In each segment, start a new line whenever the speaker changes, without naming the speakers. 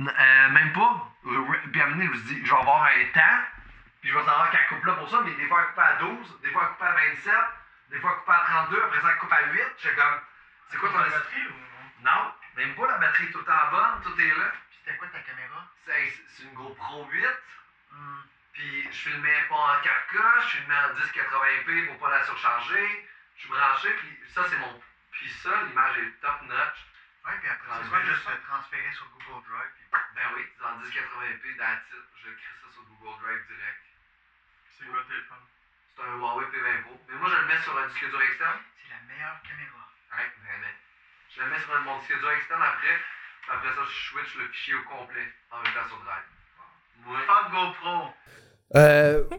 Euh, même pas. Euh, Puis à un moment donné, je me suis dit, je vais avoir un temps, puis je vais savoir qu'elle coupe là pour ça, mais des fois elle coupe à 12, des fois elle coupe à 27, des fois elle coupe à 32, après ça elle coupe à 8. J'ai comme, c'est quoi ton
ta
esprit?
batterie ou non?
Non, même pas la batterie est tout le temps bonne, tout est là.
Puis c'était quoi ta caméra?
C'est c'est une GoPro 8, puis je filmais pas en 4K, je filmais en 1080p pour pas la surcharger. Je suis branché, puis ça c'est mon. Puis ça, l'image est top notch.
Ouais, puis après,
Transférer
c'est quoi juste
ça?
le transférer sur Google Drive, puis
Ben oui, en 1080p, that's it. Je crée ça sur Google Drive direct.
C'est quoi le téléphone?
C'est un Huawei P20 Pro. Mais moi, je le mets sur un disque dur externe.
c'est la meilleure caméra.
Ouais, vraiment. Je le mets sur un- mon disque dur externe après. Puis Après ça, je switch le fichier au complet en même temps sur Drive. Moi,
Fuck GoPro!
Euh,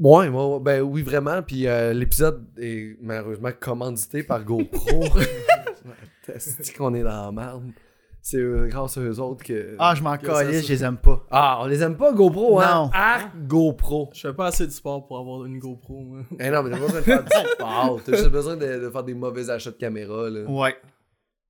ouais, ouais, ouais, ben oui, vraiment. Puis euh, l'épisode est malheureusement commandité par GoPro. C'est qu'on est dans la merde. C'est euh, grâce à eux autres que.
Ah, je m'en
Que ça,
calais,
ça.
je les aime pas.
Ah, on les aime pas, GoPro, hein?
Non.
Arc GoPro.
Je fais pas assez de sport pour avoir une GoPro, moi.
Eh non, mais t'as pas besoin de faire du sport. T'as juste besoin de, de faire des mauvais achats de caméra, là.
Ouais.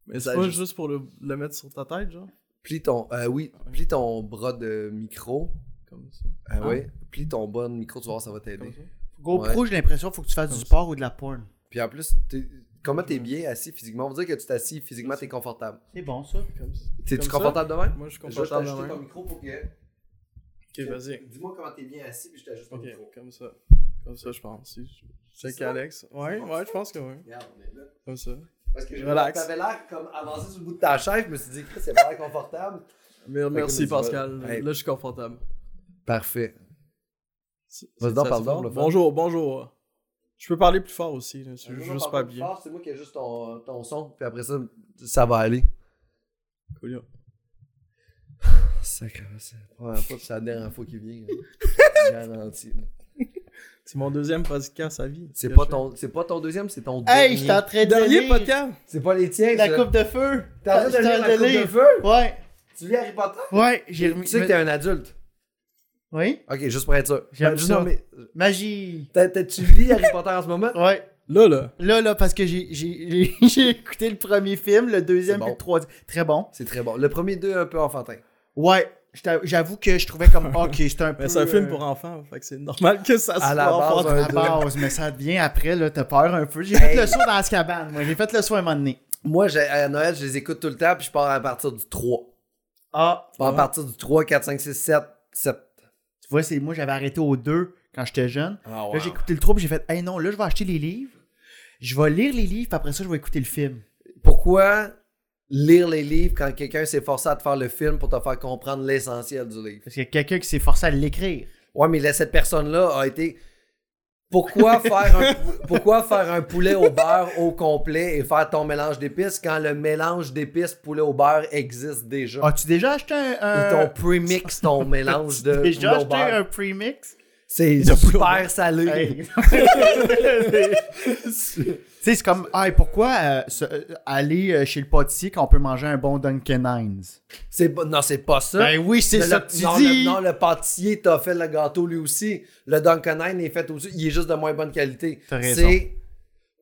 Mais
Ça,
c'est pas
je-
juste pour le, le mettre sur ta tête, genre?
Plie ton. euh, oui, plie ton bras de micro.
Comme ça.
Ah ouais. Plie ton bras de micro, tu vas voir, ça va t'aider.
Comme ça.
GoPro, j'ai l'impression faut que tu fasses du sport ou de la porn.
Puis en plus, t'es- comment t'es bien assis physiquement? On veut dire que tu t'assis physiquement, t'es confortable.
C'est bon, ça.
Comme ça.
T'es-tu
Comme ça?
confortable de même?
Moi, je suis
Je vais
confortable
t'ajuster
de
ton
même.
micro pour que.
Ok, vas-y.
Dis-moi comment t'es bien assis, puis je t'ajuste ton
Ok,
micro.
comme ça. Comme ça, je pense. Si je-
C'est
Check
ça?
Alex. Ouais, ouais, je pense que oui.
Regarde, on est là.
Comme ça.
Parce que je
Relax.
t'avais l'air comme avancé sur le bout de ta chaise, je me suis dit, Chris, c'est pas l'air confortable.
Mais-
mais
Merci,
tu vas-
Pascal.
Hey.
Là, je suis confortable.
Parfait.
C'est-
Vas-y
c'est
donc,
satisfaisant.
pardon, le fun.
Bonjour, bonjour. Je peux parler plus fort aussi. là,
Un
C'est
jour, on
juste
parle
pas
plus
bien.
fort, C'est moi qui ai juste ton, ton son, puis après ça, ça va aller.
Cool.
hein.
Sacré, c'est la première fois, puis c'est la dernière fois qu'il vient. là. Garanti. là.
C'est mon deuxième podcast à vie.
C'est
Que
pas,
je
ton- c'est pas ton deuxième, c'est ton
Hey, je
dernier.
suis en train
fais.
de
Dernier
lire
podcast!
C'est pas les tiens,
La
ça.
coupe de feu.
T'es en train de
Je suis en
lire la
train de
coupe de
lire.
feu?
Ouais.
Tu lis Harry Potter?
Ouais, j'ai
Tu sais que t'es un adulte.
Oui.
Ok, juste pour être sûr. Ben,
J'aime
juste-
ça.
non, mais-
Magie.
t'as- t'as- Tu lis Harry Potter en ce moment?
Ouais.
Là, là.
Là, là, parce que j'ai- j'ai j'ai écouté le premier film, le deuxième
C'est
puis
bon.
le troisième. Très bon.
C'est très bon. Le premier deux, un peu enfantin.
Ouais, j't'a- j'avoue que je trouvais comme, ok, c'était un peu...
Mais c'est un film
euh,
pour enfants, fait que c'est normal que ça se
À la
voit
base,
enfant.
un-
à la base, mais ça devient après, là, t'as peur un peu. J'ai fait
Hey.
le saut dans Azkaban, moi. J'ai fait le saut un moment donné.
Moi, j'ai- à Noël, je les écoute tout le temps, puis je pars à partir du 3.
Ah,
Je pars à
Ouais.
partir du 3, 4, 5, 6, 7, 7.
tu vois, c'est moi, j'avais arrêté aux deux quand j'étais jeune.
Ah
Là, j'ai écouté le trouble, j'ai fait, hey non, là, je vais acheter les livres. Je vais lire les livres, puis après ça, je vais écouter le film.
Pourquoi lire les livres quand quelqu'un s'est forcé à te faire le film pour te faire comprendre l'essentiel du livre?
Parce qu'il y a quelqu'un qui s'est forcé à l'écrire.
Ouais, mais là, cette personne-là a été... Pourquoi faire, un, pou- pourquoi faire un poulet au beurre au complet et faire ton mélange d'épices quand le mélange d'épices poulet au beurre existe déjà?
As-tu déjà acheté un.
Ils
un...
t'ont premix ton mélange de
T'as Ah, euh, déjà
poulet au
acheté
beurre.
un premix?
C'est
de poulet au
super salé.
Hey. tu sais, c'est comme, hey, pourquoi euh, se- euh, aller euh, chez le pâtissier quand on peut manger un bon Dunkin' Hines?
C'est pas- non, c'est pas ça.
Ben oui, c'est
Le-
ça
le-
que tu
non,
dis!
Le, non, le pâtissier t'a fait le gâteau lui aussi. Le Duncan est fait aussi. Il est juste de moins bonne qualité.
T'as raison.
C'est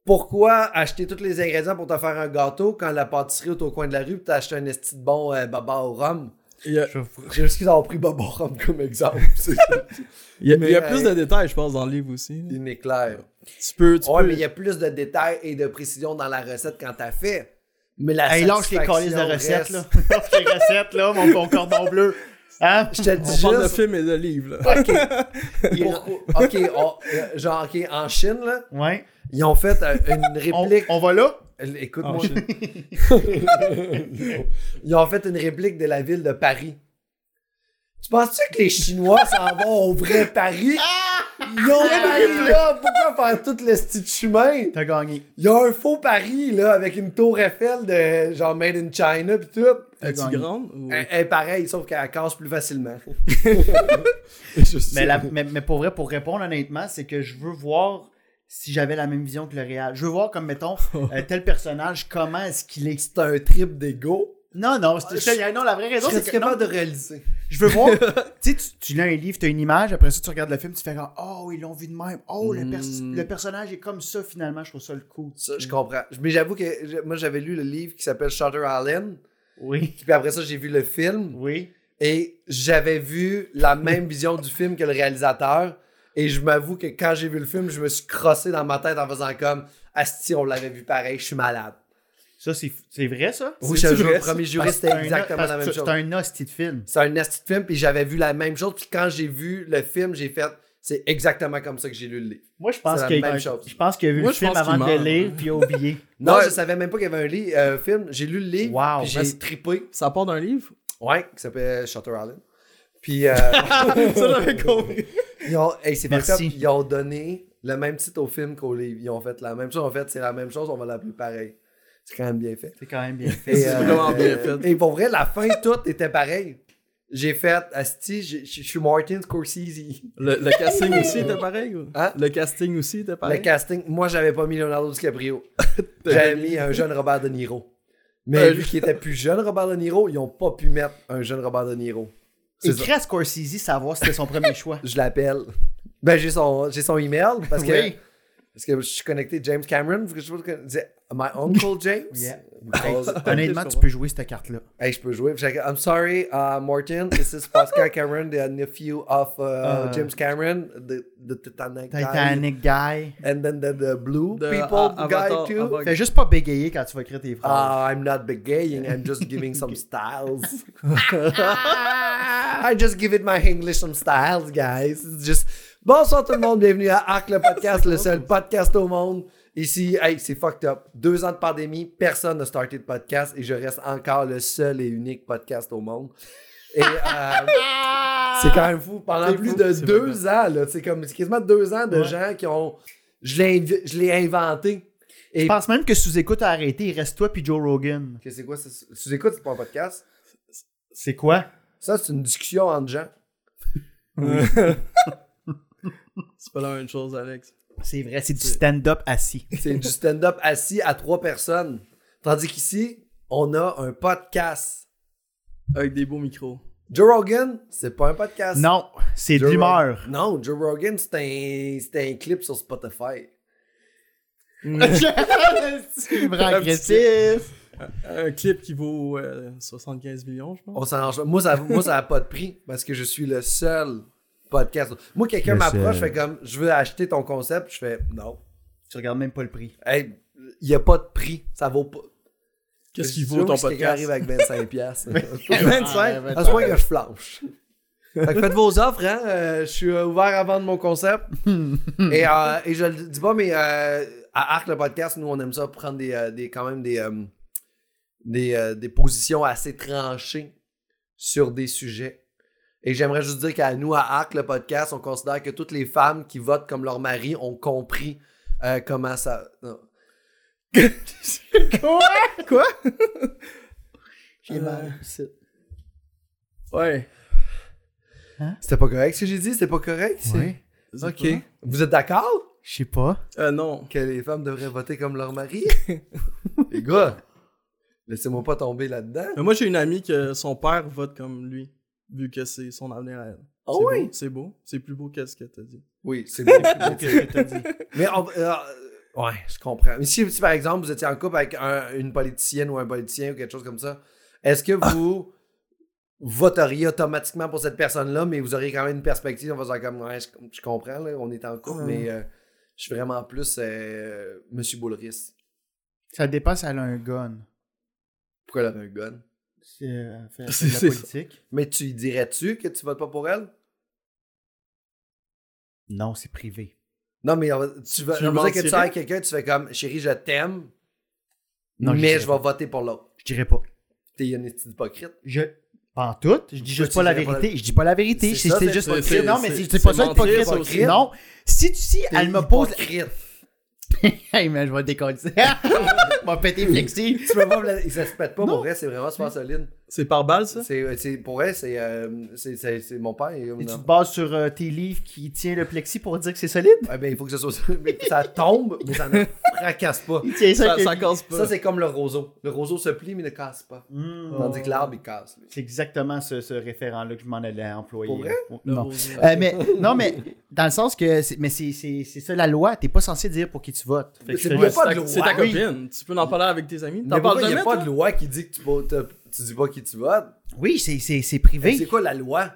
pourquoi acheter tous les ingrédients pour te faire un gâteau quand la pâtisserie est au coin de la rue et t'as acheté un esti de bon euh, baba au rhum.
Il y a,
J'ai juste d'avoir pris baba au rhum comme exemple. C'est
il y a- il y a
Mais,
plus
euh,
de détails, je pense, dans le livre aussi. là.
une éclair.
Tu peux. Tu
Ouais,
peux...
mais il y a plus de détails et de précision dans la recette quand t'as fait. Mais la
Hey, lâche les
satisfaction
calices de recettes,
reste.
là. Lâche les recettes, là, mon, mon cordon bleu. Hein?
Je te
On
dis
parle de
juste.
films et de livres, là.
Ok. Pourquoi- ok, on- euh, genre, ok, en Chine, là,
Ouais.
Ils ont fait euh, une
On,
réplique. Euh,
on va là?
Écoute-moi.
En Chine.
Ils ont fait une réplique de la ville de Paris. Tu penses-tu que les Chinois s'en vont au vrai Paris?
Ah!
Ils ont Paris là! Pourquoi faire tout le style chemin?
T'as gagné.
Il y a un faux Paris là avec une tour Eiffel de genre Made in China pis tout.
T'as
Es-tu
gagné.
grande ou-
Elle elle est pareille, sauf qu'elle casse plus facilement.
Je sais.
Mais, la- mais, mais pour vrai, pour répondre honnêtement, c'est que je veux voir si j'avais la même vision que le réel. Je veux voir, comme mettons, euh, tel personnage, comment est-ce qu'il est.
C'est un trip d'ego.
Non, non, c'est-
Ah,
c'est- non, la vraie
Je
raison,
serais
c'est que. non,
capable de réaliser.
je veux voir. tu sais, tu- tu lis un livre, t'as une image, après ça, tu regardes le film, tu fais comme, oh, ils l'ont vu de même. Oh, le, pers-
Mm.
le personnage est comme ça, finalement, je trouve ça le coup.
Ça, je comprends. Mais j'avoue que je- moi, j'avais lu le livre qui s'appelle Shutter Island.
Oui.
Puis après ça, j'ai vu le film
Oui.
et j'avais vu la même vision du film que le réalisateur. Et je m'avoue que quand j'ai vu le film, je me suis crossé dans ma tête en faisant comme Asti, on l'avait vu pareil, je suis malade.
Ça, c'est c'est vrai, ça?
Oui,
C'est-tu
je te jure,
vrai,
le premier
Parce
jury,
que c'est un-
c'était exactement
parce
la
que
même
c'est-
chose.
C'est un hostie de film.
C'est un asti de film, puis j'avais vu la même chose. Puis quand j'ai vu le film, j'ai fait c'est exactement comme ça que j'ai lu le livre.
Moi, je pense
C'est la
qu'il
même chose.
je pense qu'il a vu
Moi,
le
je
film
pense qu'il
avant de le
meurt.
lire puis il a oublié.
Non,
Ouais.
je savais même pas qu'il y avait un li- euh, film. J'ai lu le livre,
Wow.
puis
Parce-
j'ai trippé.
Ça part d'un livre?
Ouais, qui s'appelle Shutter Island. Puis euh,
Ça, j'avais compris.
ils ont, hey, c'est
Merci.
parfait, puis ils ont donné le même titre au film qu'au livre. Ils ont fait la même chose. En fait, c'est la même chose, on va l'appeler pareil. C'est quand même bien fait.
C'est quand même bien
Et, euh,
fait.
C'est vraiment bien fait.
Et pour vrai, la fin, tout était pareil. J'ai fait, Asti, je je- je suis Martin Scorsese.
Le, le casting aussi était pareil? ou?
Hein?
Le casting aussi était
Le
pareil?
casting, moi j'avais pas mis Leonardo DiCaprio. j'avais mis un jeune Robert De Niro. Mais
Euh,
vu qu'il était plus jeune Robert De Niro, ils ont pas pu mettre un jeune Robert De Niro. C'est ça.
Écris à Scorsese savoir si c'était son premier choix.
Je l'appelle. Ben j'ai son, j'ai son email parce que,
Oui.
parce que je suis connecté à James Cameron. parce que je pense que- c'est My Uncle James.
Yeah.
Because-
Honnêtement, tu peux jouer cette carte-là.
hey, je peux jouer. Puis j'ai- I'm sorry, uh, Martin. This is Pascal Cameron, the nephew of uh,
Euh,
James Cameron, the, the Titanic, guy.
Titanic uh, Guy.
And then the, the blue
The
people
A-
guy
Avatar-
too.
Avatar-
Fais juste pas bégayer quand tu vas écrire tes
Oh,
phrases.
Ah, I'm not begaying, I'm just giving some styles. I just give it my English some styles, guys. It's just... Bonsoir tout le monde, bienvenue à Arc le podcast, le seul podcast au monde. Ici, hey, c'est fucked up. Deux ans de pandémie, personne n'a starté de podcast et je reste encore le seul et unique podcast au monde. Et euh, c'est quand même fou. Pendant
C'est
plus
fou,
de
c'est
deux ans, là, c'est comme c'est quasiment deux ans de gens qui ont. Je l'ai invi- je l'ai inventé.
Je pense même que sous-écoute a arrêté, il reste toi puis Joe Rogan.
Que c'est quoi ça? Tu écoutes, c'est pas un podcast?
C'est quoi?
Ça, c'est une discussion entre gens.
C'est pas la même chose, Alex.
C'est vrai, c'est du stand-up assis.
C'est du stand-up assis à trois personnes. Tandis qu'ici, on a un podcast.
Avec des beaux micros.
Joe Rogan, Ah, c'est pas un podcast.
Non, c'est de
Joe
l'humeur.
Rog- Non, Joe Rogan, c'est un, c'est un clip sur Spotify. Mm.
c'est vraiment agressif.
Un clip qui vaut euh, 75 millions, je pense.
On s'en arrange pas. Moi, ça moi, ça a pas de prix parce que je suis le seul podcast. Moi, quelqu'un
Le
m'approche,
seul.
fait comme je veux acheter ton concept. Je fais non.
Tu regardes même pas le prix.
Hey, il y a pas de prix. Ça vaut pas.
Qu'est-ce qui
Je
vaut
jure
ton
que si quelqu'un arrive
podcast?
avec 25$. piastres.
25?
À ce point que je flanche. Fait que faites vos offres, hein. euh, je suis euh, ouvert à vendre mon concept. et, euh, et je le dis pas, mais euh, à Arc le podcast, nous, on aime ça prendre des, euh, des- quand même des, euh, des, euh, des positions assez tranchées sur des sujets. Et j'aimerais juste dire qu'à nous, à Arc le podcast, on considère que toutes les femmes qui votent comme leur mari ont compris euh, comment ça. non.
J'ai mal.
Euh,
C'est-
Euh, Ouais.
C'était pas correct ce que j'ai dit? C'était pas correct? c'est-
Ouais.
Ok. Vous êtes d'accord?
Je sais pas.
Euh, non.
que les femmes devraient voter comme leur mari. les gars, laissez-moi pas tomber là-dedans.
Mais Euh, moi, j'ai une amie que son père vote comme lui, vu que c'est son avenir à elle.
Ah
C'est
oui?
beau, C'est beau. C'est plus beau que ce que t'as dit.
Oui, c'est bon. Mais on- euh, ouais, je comprends. Mais si, si, par exemple vous étiez en couple avec un- une politicienne ou un politicien ou quelque chose comme ça, est-ce que vous voteriez automatiquement pour cette personne-là, mais vous auriez quand même une perspective en faisant comme ouais, je, je comprends, là, on est en couple,
Hum.
mais euh, je suis vraiment plus euh, Monsieur Boulris.
Ça dépasse à un gun.
Pourquoi elle aurait un gun?
C'est euh, faire- faire
C'est-
de la
c'est ça.
politique.
Mais tu lui dirais-tu que tu votes pas pour elle?
Non, c'est privé.
Non, mais on- tu vas
Tu
on va dire
mentirais?
que tu sors avec quelqu'un, tu fais comme chérie, je t'aime,
Non, je
mais
dirais
je
pas.
vais voter pour l'autre.
Je dirais pas.
T'es une petite hypocrite.
Je. Pas en tout. Je dis
Pourquoi
juste
tu
pas la
dirais pas la-
vérité. Je dis pas la vérité.
C'est
C'est
ça,
c'est
c'est-
juste
c'est-
hypocrite.
c'est-
Non, mais
c'est-
c'est c'est pas
c'est
ça hypocrite.
mentir,
c'est hypocrite.
Non. Si tu si elle me pose.
Hypocrite.
hey, mais je vais décoller. Je vais péter flexi.
tu peux pas me la- Ça se pète pas,
Non.
pour vrai, c'est vraiment super solide.
C'est par balle, ça?
C'est, c'est- pour vrai, c'est, euh, c'est, c'est- c'est mon père. il-
Et tu te
non.
bases sur euh, tes livres qui tient le plexi pour dire que c'est solide?
Ah, ben, il faut que ça soit mais ça tombe, mais ça ne fracasse pas.
Il tient ça.
Ça,
que-
ça casse pas.
Ça, c'est comme le roseau. Le roseau se plie, mais ne casse pas.
Hmm.
Tandis que l'arbre, il casse. lui.
C'est exactement ce, ce référent-là que je m'en allais employer.
Pour vrai?
Le
Non.
rose.
Euh, mais, non, mais dans le sens que c'est mais c'est- c'est c'est ça la loi. T'es pas censé dire pour qui tu votes. Fait que
C'est
je te
pas
laisse-
pas de
C'est ta
loi.
copine. Tu peux mais d'en parler avec tes amis. T'en
Mais
parles
pourquoi il n'y
jamais,
a pas
toi?
de loi qui dit que tu, votes- euh, tu dis pas qui tu votes?
Oui, c'est- c'est c'est
Mais
privé.
Ben, C'est quoi la loi?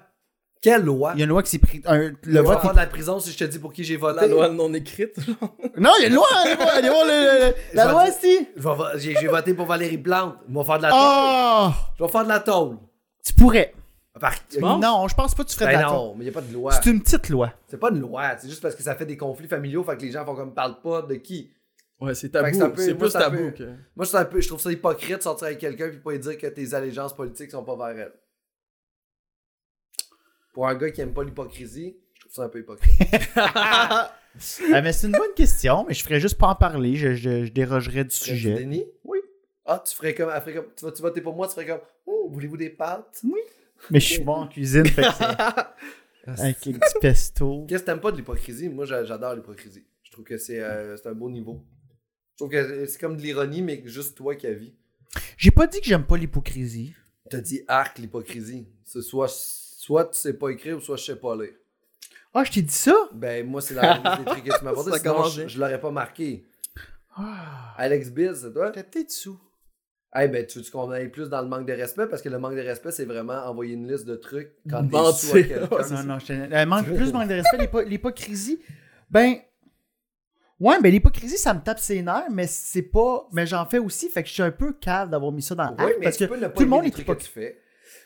Quelle loi?
Il y a une loi qui s'est pris. un-
Le
le
vote
vote
de la prison si je te dis pour qui j'ai voté.
La loi non écrite.
est- Non, il y a une loi! Allez voir, allez voir le- le-
Je
la
vais
loi,
dire-
si!
Je vais vo- J'ai j'ai voté pour Valérie Plante. Je vais faire de la tôle.
Oh!
Je vais faire de la tôle.
Tu pourrais.
Par-
penses?
Non, je pense pas que tu ferais de
Ben
la tôle.
non, mais il n'y a pas de loi.
C'est une petite loi.
C'est pas une loi. C'est juste parce que ça fait des conflits familiaux. Fait que les gens font comme parlent pas de qui.
Ouais, c'est
Fait que
tabou.
ça peut-
C'est
moi,
plus
ça
tabou
peut-
que.
Moi, je, suis un peu- je trouve ça hypocrite de sortir avec quelqu'un et pas lui dire que tes allégeances politiques sont pas vers elle. Pour un gars qui aime pas l'hypocrisie, je trouve ça un peu hypocrite.
Ah, mais c'est une bonne question, mais je ferais juste pas en parler. Je, je- je dérogerais du
Tu
sujet.
dénies?
Oui.
Ah, tu ferais comme. elle ferait comme- tu vas tu voter pour moi, tu ferais comme. Oh, voulez-vous des pâtes?
Mais je suis bon en cuisine, fait que c'est- avec un petit pesto.
Qu'est-ce que Ah, t'aimes pas de l'hypocrisie? Moi, j'a- j'adore l'hypocrisie. Je trouve que c'est euh, c'est un beau niveau. Je trouve que c'est comme de l'ironie, mais juste toi qui as vie.
J'ai pas dit que j'aime pas l'hypocrisie.
T'as dit arc l'hypocrisie. C'est soit, soit tu sais pas écrire ou soit je sais pas lire.
Ah, je t'ai dit ça?
Ben, moi, c'est la liste des trucs que tu m'as apporté.
Ça
Sinon,
commence
je,
bien.
je l'aurais pas marqué.
Ah,
Alex Biz, c'est toi?
t'es peut-être sous.
Eh ben, tu veux qu'on aille plus dans le manque de respect? Parce que le manque de respect, c'est vraiment envoyer une liste de trucs quand t'es sous à
Mentir.
quelqu'un.
Non, non, je te- euh, manque plus manque de respect, l'hypo- l'hypocrisie. Ben. Ouais, mais l'hypocrisie, ça me tape ses nerfs, mais c'est pas. Mais j'en fais aussi, fait que je suis un peu cave d'avoir mis ça dans
Oui,
l'acte,
mais
parce
tu
que
peux ne pas
tout le monde
aimer les
est
trucs que
hypocrite.
tu fais.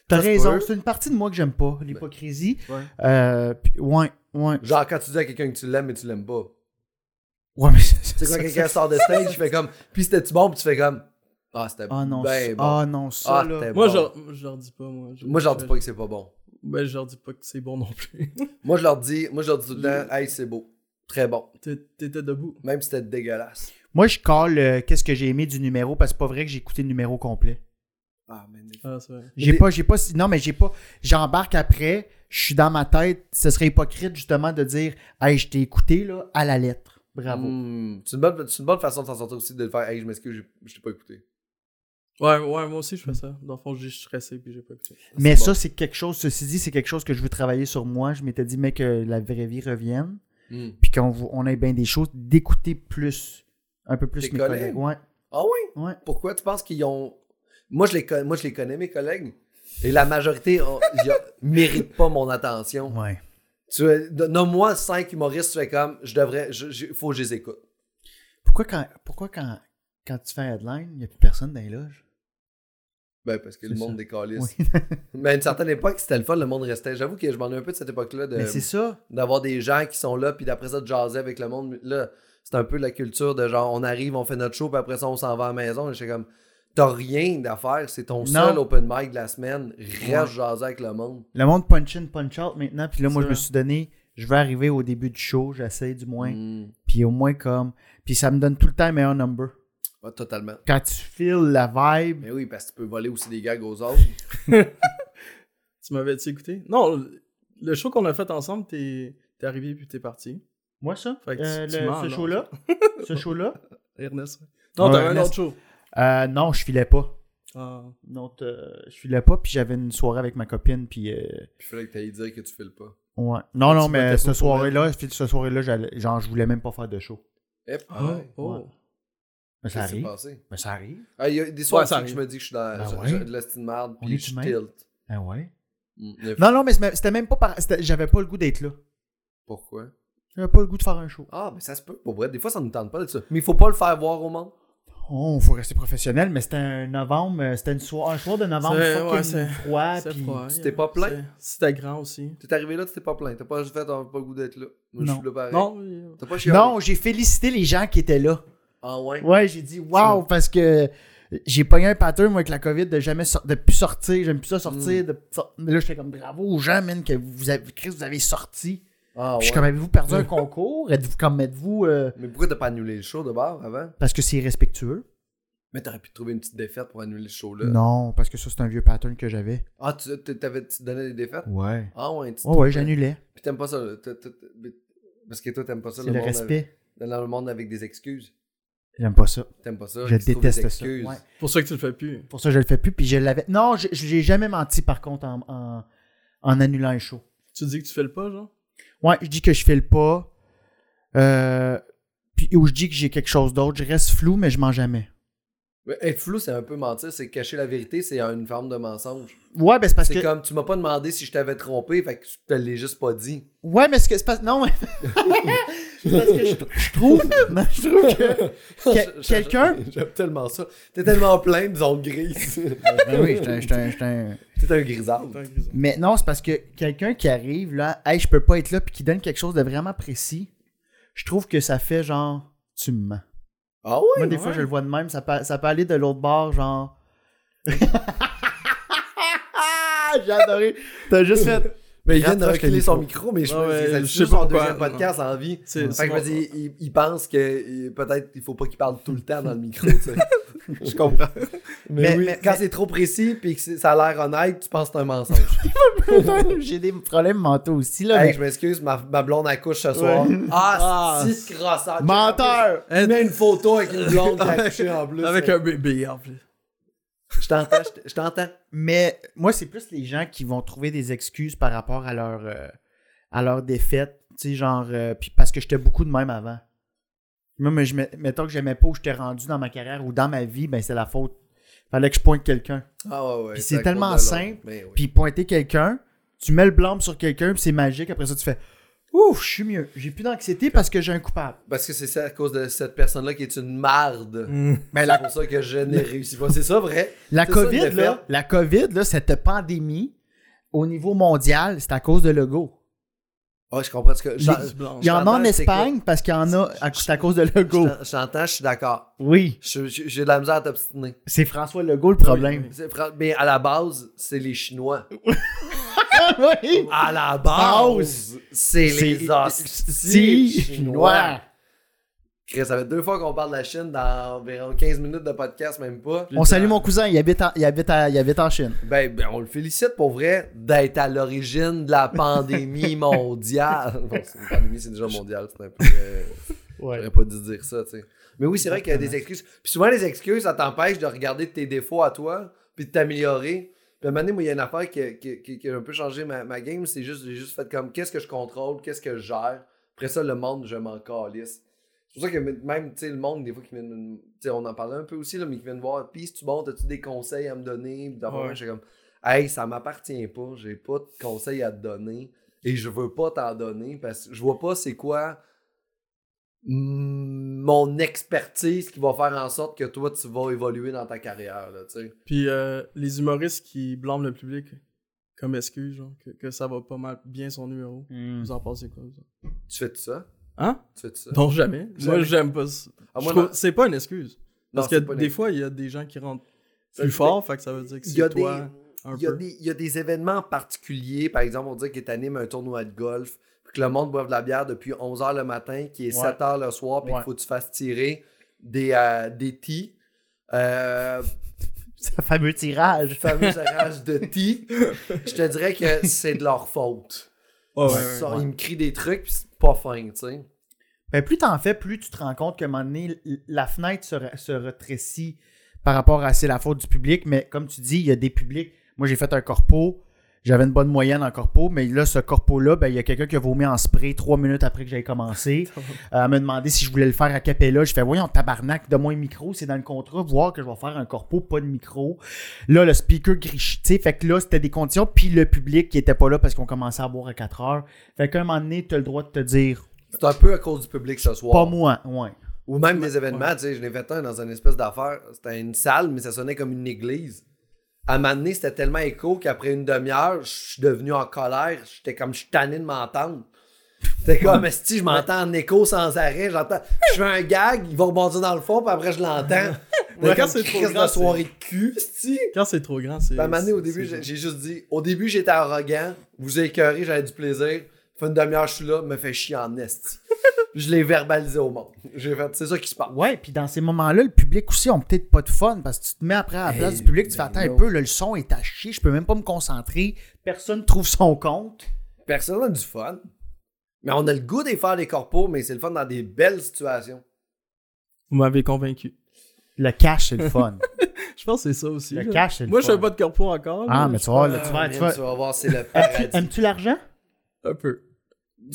T'as
Ça se
raison,
peut.
c'est une partie de moi que j'aime pas, l'hypocrisie.
Ouais.
Euh, puis- ouais, ouais.
Genre, quand tu dis à quelqu'un que tu l'aimes, mais tu l'aimes pas.
Ouais, mais
Tu sais, quand quelqu'un sort de stage, tu fais comme, puis c'était-tu bon, puis tu fais comme, ah, c'était
Ah non, ça-
ben bon.
ah non, ça
Ah,
là.
c'était
Moi,
bon.
je leur- je leur dis pas, moi.
Moi, je leur dis pas que c'est pas bon.
Ben, je leur dis pas que c'est bon non plus.
Moi, je leur dis, moi, je leur dis tout le temps, hey, c'est beau. Très bon.
T'é- T'étais debout.
Même si c'était dégueulasse.
Moi, je colle euh, qu'est-ce que j'ai aimé du numéro parce que c'est pas vrai que j'ai écouté le numéro complet.
Ah, mais
Ah, c'est vrai.
J'ai
Des-
pas, j'ai pas, non, mais j'ai pas, j'embarque après, je suis dans ma tête, ce serait hypocrite justement de dire, hey, je t'ai écouté là, à la lettre. Bravo.
Hmm, c'est, une bonne, c'est une bonne façon de s'en sortir aussi de le faire. Hey, je m'excuse, j'ai- je t'ai pas écouté.
Ouais, ouais, moi aussi, je fais
Mm.
ça. Dans le fond, je suis stressé puis j'ai pas écouté.
mais
c'est
ça, c'est quelque chose, ceci dit, c'est quelque chose que je veux travailler sur moi. Je m'étais dit, mais que la vraie vie revienne,
Hmm.
puis qu'on vo- on ait bien des choses, d'écouter plus, un peu
Tes
plus mes
collègues?
collègues. Ouais.
Ah oui?
Ouais.
Pourquoi tu penses qu'ils ont. Moi je, les con- moi, je les connais, mes collègues. Et la majorité ont- ils ont- méritent pas mon attention.
Ouais.
Tu veux- de- Nomme-moi cinq humoristes, tu fais comme, je devrais. je- je- faut que je les écoute.
Pourquoi quand, pourquoi quand, quand tu fais un headline, il n'y a plus personne dans les loges?
Ben, parce que le
C'est
monde
ça.
décalisse.
Oui.
euh,
Mais à une certaine époque, c'était le fun, le monde restait. J'avoue que je m'en ai un peu de cette époque-là de-
mais c'est ça.
d'avoir des gens qui sont là, puis d'après ça, de jaser avec le monde. Là, c'est un peu la culture de genre, on arrive, on fait notre show, puis après ça, on s'en va à la maison. Et je suis comme, t'as rien d'affaire, c'est ton
Non.
seul open mic de la semaine. Reste
Ouais.
jaser avec le monde.
Le monde punch in, punch out maintenant. Puis là, moi, je
Ça.
me suis donné, je vais arriver au début du show, j'essaie du moins.
Mm.
Puis au moins, comme. Puis ça me donne tout le temps un meilleur number.
Ouais, totalement.
Quand tu files la vibe.
Mais oui, parce que tu peux voler aussi des gags aux autres.
Tu m'avais-tu écouté? Non, le- le show qu'on a fait ensemble, t'es t'es arrivé puis t'es parti.
Moi, ça?
Fait que
Euh,
tu- tu
le-
mens,
ce
non.
show-là? ce show-là?
Ernest. ouais. Non,
Ouais,
t'avais un
Ernest.
autre show.
Euh, non, je filais pas.
Ah.
Non, t- euh, je filais pas. Puis j'avais une soirée avec ma copine. Puis. euh,
Puis il fallait que t'ailles dire que tu files pas.
ouais. Non, non,
Tu
mais
votais pas
ce
pour
soirée-là, puis ce soirée-là, j'allais- genre, je voulais même pas faire de show.
Hep,
Oh,
ouais.
oh.
Ah ouais. Mais ça
Qu'est-ce qui s'est
arrive.
passé?
Mais ça arrive.
Ah, il y a des soirs
Ouais, ça
aussi que je me dis que je suis dans
Ah
je-
ouais?
je- de l'estime merde,
On
puis
est
je
humain.
tilt.
Ah ouais?
Mm. Il y a-
Non, non, mais c'est- c'était même pas par... c'était- J'avais pas le goût d'être là.
Pourquoi?
J'avais pas le goût de faire un show.
Ah, mais ça se peut, pour vrai. Des fois, ça nous tente pas de ça. Mais il faut pas le faire voir au monde.
Oh, faut rester professionnel, mais c'était un novembre, euh, c'était une soir, un soir de novembre
C'est-
fucking
ouais, c'est-
froid,
C'est
puis-
froid,
Ah, tu
hein.
t'es pas plaint?
C'est- C'était grand aussi.
T'es arrivé là, tu t'es pas plaint. T'as pas fait, t'as pas le goût d'être là. Moi, je
Non.
suis là pareil.
Non, il-
T'as pas chialé.
Non, j'ai félicité les gens qui étaient là.
Ah ouais.
Ouais, j'ai dit waouh parce que j'ai pogné un pattern moi avec la Covid de jamais sor- de plus sortir, j'aime plus ça sortir
Mm.
de sor- mais là j'étais comme bravo aux gens man que vous avez Chris vous avez sorti.
Ah
Puis je
ouais.
suis comme avez-vous perdu un concours Êtes-vous comme êtes-vous euh,
Mais pourquoi t'as pas annulé le show de bord avant
parce que c'est irrespectueux
Mais t'aurais pu trouver une petite défaite pour annuler le show là.
Non, parce que ça c'est un vieux pattern que j'avais.
Ah, tu t- t'avais tu donnais des défaites
Ouais.
Ah ouais. tu-
Ouais ouais, j'annulais.
Puis t'aimes pas ça. là. T'as- t'as- t'as- mais- Parce que toi, t'aimes pas ça.
C'est le,
monde
respect.
Avec... Dans le monde avec des excuses.
J'aime pas ça.
T'aimes pas ça.
Je
que tu trouves des
déteste ça.
excuses.
Ouais.
pour ça que tu le fais plus.
Pour ça, je le fais plus. Puis je l'avais. Non, je je l'ai jamais menti, par contre, en, en, en annulant un show.
Tu dis que tu fais le pas, genre?
Ouais, je dis que je fais le pas. Euh, puis, ou je dis que j'ai quelque chose d'autre. Je reste flou, mais je mens jamais.
Mais Être flou, c'est un peu mentir. C'est cacher la vérité, c'est une forme de mensonge.
Ouais, ben c'est parce
C'est
que.
comme, tu m'as pas demandé si je t'avais trompé, fait que tu te l'ai juste pas dit.
Ouais, mais ce que c'est parce non, mais- c'est parce que je, je trouve, non, je trouve que Que- quelqu'un-
J'aime tellement ça. T'es tellement plein de zones grises.
ben oui, j'étais un- j'étais un- j'étais un-
T'es un grisard.
Tant qu'ils ont-
Mais non, c'est parce que quelqu'un qui arrive là, hey, je peux pas être là, puis qui donne quelque chose de vraiment précis. Je trouve que ça fait genre, tu me mens.
Ah oui?
Moi, des fois,
ouais.
je le vois de même. Ça peut, ça peut aller de l'autre bord, genre. J'ai adoré. T'as juste fait.
Mais il vient
Rapproche
de
le
reculer
micro.
son micro, mais je,
Ouais, Ah ouais,
c'est-
je
c'est
sais pas
son
pourquoi.
deuxième podcast en vie.
C'est-
Fait que
c'est-
je me dis, il, il pense que il- peut-être il faut pas qu'il parle tout le temps dans le micro. tu sais. je comprends. Mais,
Mais-
oui,
mais-
quand
mais-
c'est trop précis puis que c'est- ça a l'air honnête, tu penses que c'est un mensonge.
J'ai des problèmes mentaux aussi, là.
hey,
mais-
je m'excuse, ma, ma blonde accouche ce soir. Ah, si c'est crossant.
Menteur!
Elle met une photo avec une blonde qui a accouché en plus.
Avec un bébé en plus.
Je t'entends, je t- je t'entends.
Mais moi, c'est plus les gens qui vont trouver des excuses par rapport à leur, euh, à leur défaite. Tu sais, genre, euh, puis parce que j'étais beaucoup de même avant. Moi, mais je, met- mettons que j'aimais pas où j'étais rendu dans ma carrière ou dans ma vie, ben c'est la faute. Fallait que je pointe quelqu'un.
Ah ouais, ouais,
Puis c'est
à cause
tellement
de l'autre.
simple,
Mais oui.
Puis pointer quelqu'un, tu mets le blâme sur quelqu'un, puis c'est magique. Après ça, tu fais Ouf, je suis mieux. J'ai plus d'anxiété parce que j'ai un coupable.
Parce que c'est ça, à cause de cette personne-là qui est une marde.
Mais
C'est
la,
pour ça que je n'ai réussi pas. C'est ça, vrai?
la
C'est ça, une
COVID,
défaite.
là, la COVID, là, cette pandémie, au niveau mondial, c'est à cause de Lego.
Ah, je comprends ce que. j'en-
Lise blanche.
Il y en a en
Chantal, c'est
Espagne parce qu'il y en a à, c'est à cause de Legault.
Je t'entends, je suis d'accord.
Oui,
Je- je- J'ai de la misère à t'obstiner.
c'est François Legault le problème.
C'est fra- Mais à la base, c'est les Chinois.
oui.
À la base, c'est les hosties Chinois. Chris, ça fait deux fois qu'on parle de la Chine dans environ 15 minutes de podcast, même pas.
On salue mon cousin, il habite en, il habite à- il habite en Chine.
Ben, ben, on le félicite pour vrai d'être à l'origine de la pandémie mondiale. Bon, c'est une pandémie, c'est déjà mondial. C'est un peu. euh, J'aurais pas dû dire ça, tu sais. Mais oui, c'est vrai qu'il y a des excuses. Puis souvent, les excuses, ça t'empêche de regarder tes défauts à toi, puis de t'améliorer. Puis à un moment donné, moi, il y a une affaire qui, qui- qui- qui a un peu changé ma, ma game. C'est juste, j'ai juste fait comme, qu'est-ce que je contrôle, qu'est-ce que je gère. Après ça, le monde, je m'en calisse. C'est pour ça que même, tu sais, le monde, des fois, qui vient, me- tu sais, on en parlait un peu aussi, là, mais qui vient me voir, puis si tu bon, as-tu des conseils à me donner? Puis d'abord,
Ouais.
moi, je suis comme, hey, ça m'appartient pas, j'ai pas de conseils à te donner, et je veux pas t'en donner, parce que je vois pas c'est quoi mm, mon expertise qui va faire en sorte que toi, tu vas évoluer dans ta carrière, là, tu sais.
Puis euh, les humoristes qui blâment le public comme excuse, genre, que, que ça va pas mal bien son numéro. Vous en pensez quoi, vous?
Tu fais tout ça?
Hein?
Tu fais tout ça?
Non, jamais. Moi,
Jamais.
j'aime pas ça.
Ah,
Je
moi,
trouve-
non.
C'est pas une excuse. Parce
Non,
que
c'est pas une
des
excuse.
fois, il y a des gens qui rentrent
Euh,
plus fort, fait que ça veut dire que
il y a
c'est
des-
toi un
Il y, a
peu.
des, il y a des événements particuliers, par exemple, on dit que tu animes un tournoi de golf, puis que le monde boive de la bière depuis 11h le matin, qui est
Ouais.
7h le soir, puis
Ouais.
qu'il faut que tu fasses tirer des, euh, des tis. Euh,
Ce fameux tirage.
fameux orage de tis. Je te dirais que c'est de leur faute.
Ouais, ouais,
Ils
ouais.
sont-
ouais.
Ils me crient des trucs, puis c'est pas fin, tu sais.
Ben, plus t'en fais, plus tu te rends compte qu'à un moment donné, l- la fenêtre se, re- se rétrécit par rapport à c'est la faute du public. Mais comme tu dis, il y a des publics. Moi, j'ai fait un corpo. J'avais une bonne moyenne en corpo, mais là, ce corpo-là, ben, il y a quelqu'un qui a vomi en spray trois minutes après que j'avais commencé. Euh, Elle m'a demandé si je voulais le faire à Capella. Je fais, voyons, tabarnak, donne-moi un micro, c'est dans le contrat, voir que je vais faire un corpo, pas de micro. Là, le speaker griche, tu sais, fait que là, c'était des conditions, puis le public qui était pas là parce qu'on commençait à boire à 4 heures. Fait qu'à un moment donné, t'as le droit de te dire,
C'est un peu à cause du public ce soir.
pas moi, ouais.
Ou même des événements, tu sais, je l'ai fait un dans une espèce d'affaire. C'était une salle, mais ça sonnait comme une église. À un moment donné, c'était tellement écho qu'après une demi-heure, je suis devenu en colère. J'étais comme, je suis tanné de m'entendre. C'était comme, si je m'entends en écho sans arrêt, j'entends, je fais un gag, il va rebondir dans le fond, puis après je l'entends. Mais
Ouais, quand
quand
c'est
c'est
trop
crise
grand,
de
c'est-
soirée de cul, esti.
Quand c'est trop grand, c'est.
Puis à un moment donné, Ben, au
c'est-
début,
c'est-
j'ai j'ai juste dit, au début, j'étais arrogant, vous avez écœuré, j'avais du plaisir. Fait une demi-heure, je suis là, me fait chier en esti. je l'ai verbalisé au monde. J'ai fait, c'est ça qui se passe.
Ouais, puis dans ces moments-là, le public aussi ont peut-être pas de fun parce que tu te mets après à la place
Hey,
du public, tu fais
ben
attends un
non.
peu, là, le son est à chier, je peux même pas me concentrer, personne trouve son compte.
Personne n'a du fun. Mais on a le goût de faire des corpos, mais c'est le fun dans des belles situations.
Vous m'avez convaincu.
Le cash, c'est le fun.
Je pense que c'est ça aussi.
le
là.
cash, c'est le
Moi, je
fun.
fais pas de corpo encore.
Ah, mais tu vois, là,
Ah,
tu vas.
man,
Tu vas...
tu vas voir, c'est le
Aimes-tu-
paradis.
Aimes-tu l'argent?
Un peu.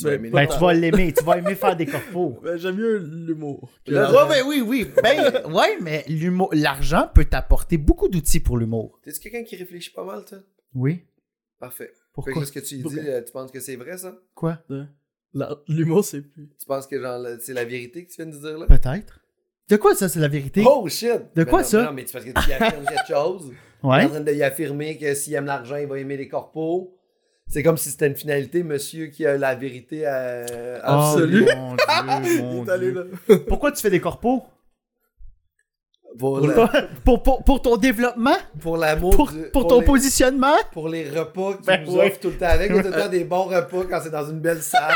Ben,
mais là-
Ben, tu vas l'aimer. Tu vas aimer faire des corpos.
Ben, J'aime mieux l'humour. que
Ouais,
la-
ouais, oui, oui. Ben, ouais, mais l'humour, l'argent peut t'apporter beaucoup d'outils pour l'humour.
T'es-tu quelqu'un qui réfléchit pas mal, toi?
Oui.
Parfait. Fait
Pourquoi?
que ce que tu dis,
Pourquoi?
euh, tu penses que c'est vrai, ça?
Quoi?
la- L'humour, c'est plus.
Tu penses que genre le- c'est la vérité que tu viens de dire là?
Peut-être. De quoi ça, c'est la vérité?
Oh shit!
De
Ben
quoi
non,
ça?
Non, mais c'est parce que tu y affirmes quelque chose. T'es
ouais.
en train de lui affirmer que s'il aime l'argent, il va aimer les corpos. C'est comme si c'était une finalité, monsieur, qui a la vérité euh, absolue.
Oh, mon Dieu, mon
Il est allé
Dieu.
là.
Pourquoi tu fais des corpos?
Pour,
Pour,
la-
pour, pour- pour ton développement?
pour l'amour.
Pour,
du-
pour ton
les,
positionnement?
pour les repas que tu
Ben
nous
ouais.
offres tout le temps avec. Ou tout le temps des bons repas quand c'est dans une belle salle.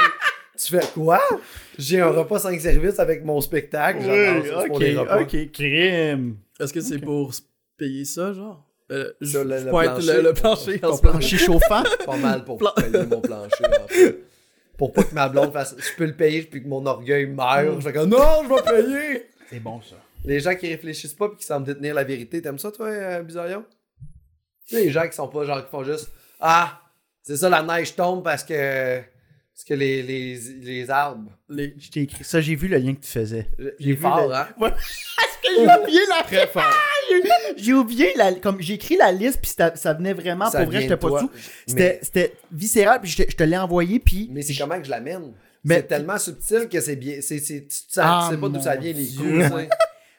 tu fais quoi? J'ai un repas sans service avec mon spectacle. J'adore ça, c'est pour les repas.
crime.
Est-ce que c'est pour se payer ça, genre Euh, Je
Ça, le-
je
le
peux être
plancher.
le, le plancher en
Ton
ce moment.
Plancher chauffant?
pas mal pour
Plan-
payer mon plancher. en fait. Pour pas que ma blonde fasse. Je peux le payer puis que mon orgueil meurt. Je fais comme non, je vais payer.
C'est bon, ça.
Les gens qui réfléchissent pas puis qui semblent détenir la vérité, t'aimes ça, toi, euh, Bizarillon? Tu sais, les gens qui sont pas genre qui font juste Ah, c'est ça, la neige tombe parce que. Parce que les, les, les arbres.
Les-
Je t'ai écrit ça, j'ai vu le lien que tu faisais.
Il est fort, hein?
Est-ce que j'ai oublié la Très fort. j'ai oublié la. Comme j'ai écrit la liste, puis ça, ça venait vraiment.
Ça
pour vrai,
vient
j'étais
de
pas
toi.
tout. C'était
Mais,
c'était viscéral, puis je te, je te l'ai envoyé, puis.
mais c'est
je-
comment que je l'amène?
Mais-
C'est tellement subtil que c'est bien. c'est c'est- tu tu sais
Ah,
tu sais pas d'où ça vient les
mon
coups.
Dieu.
tu sais.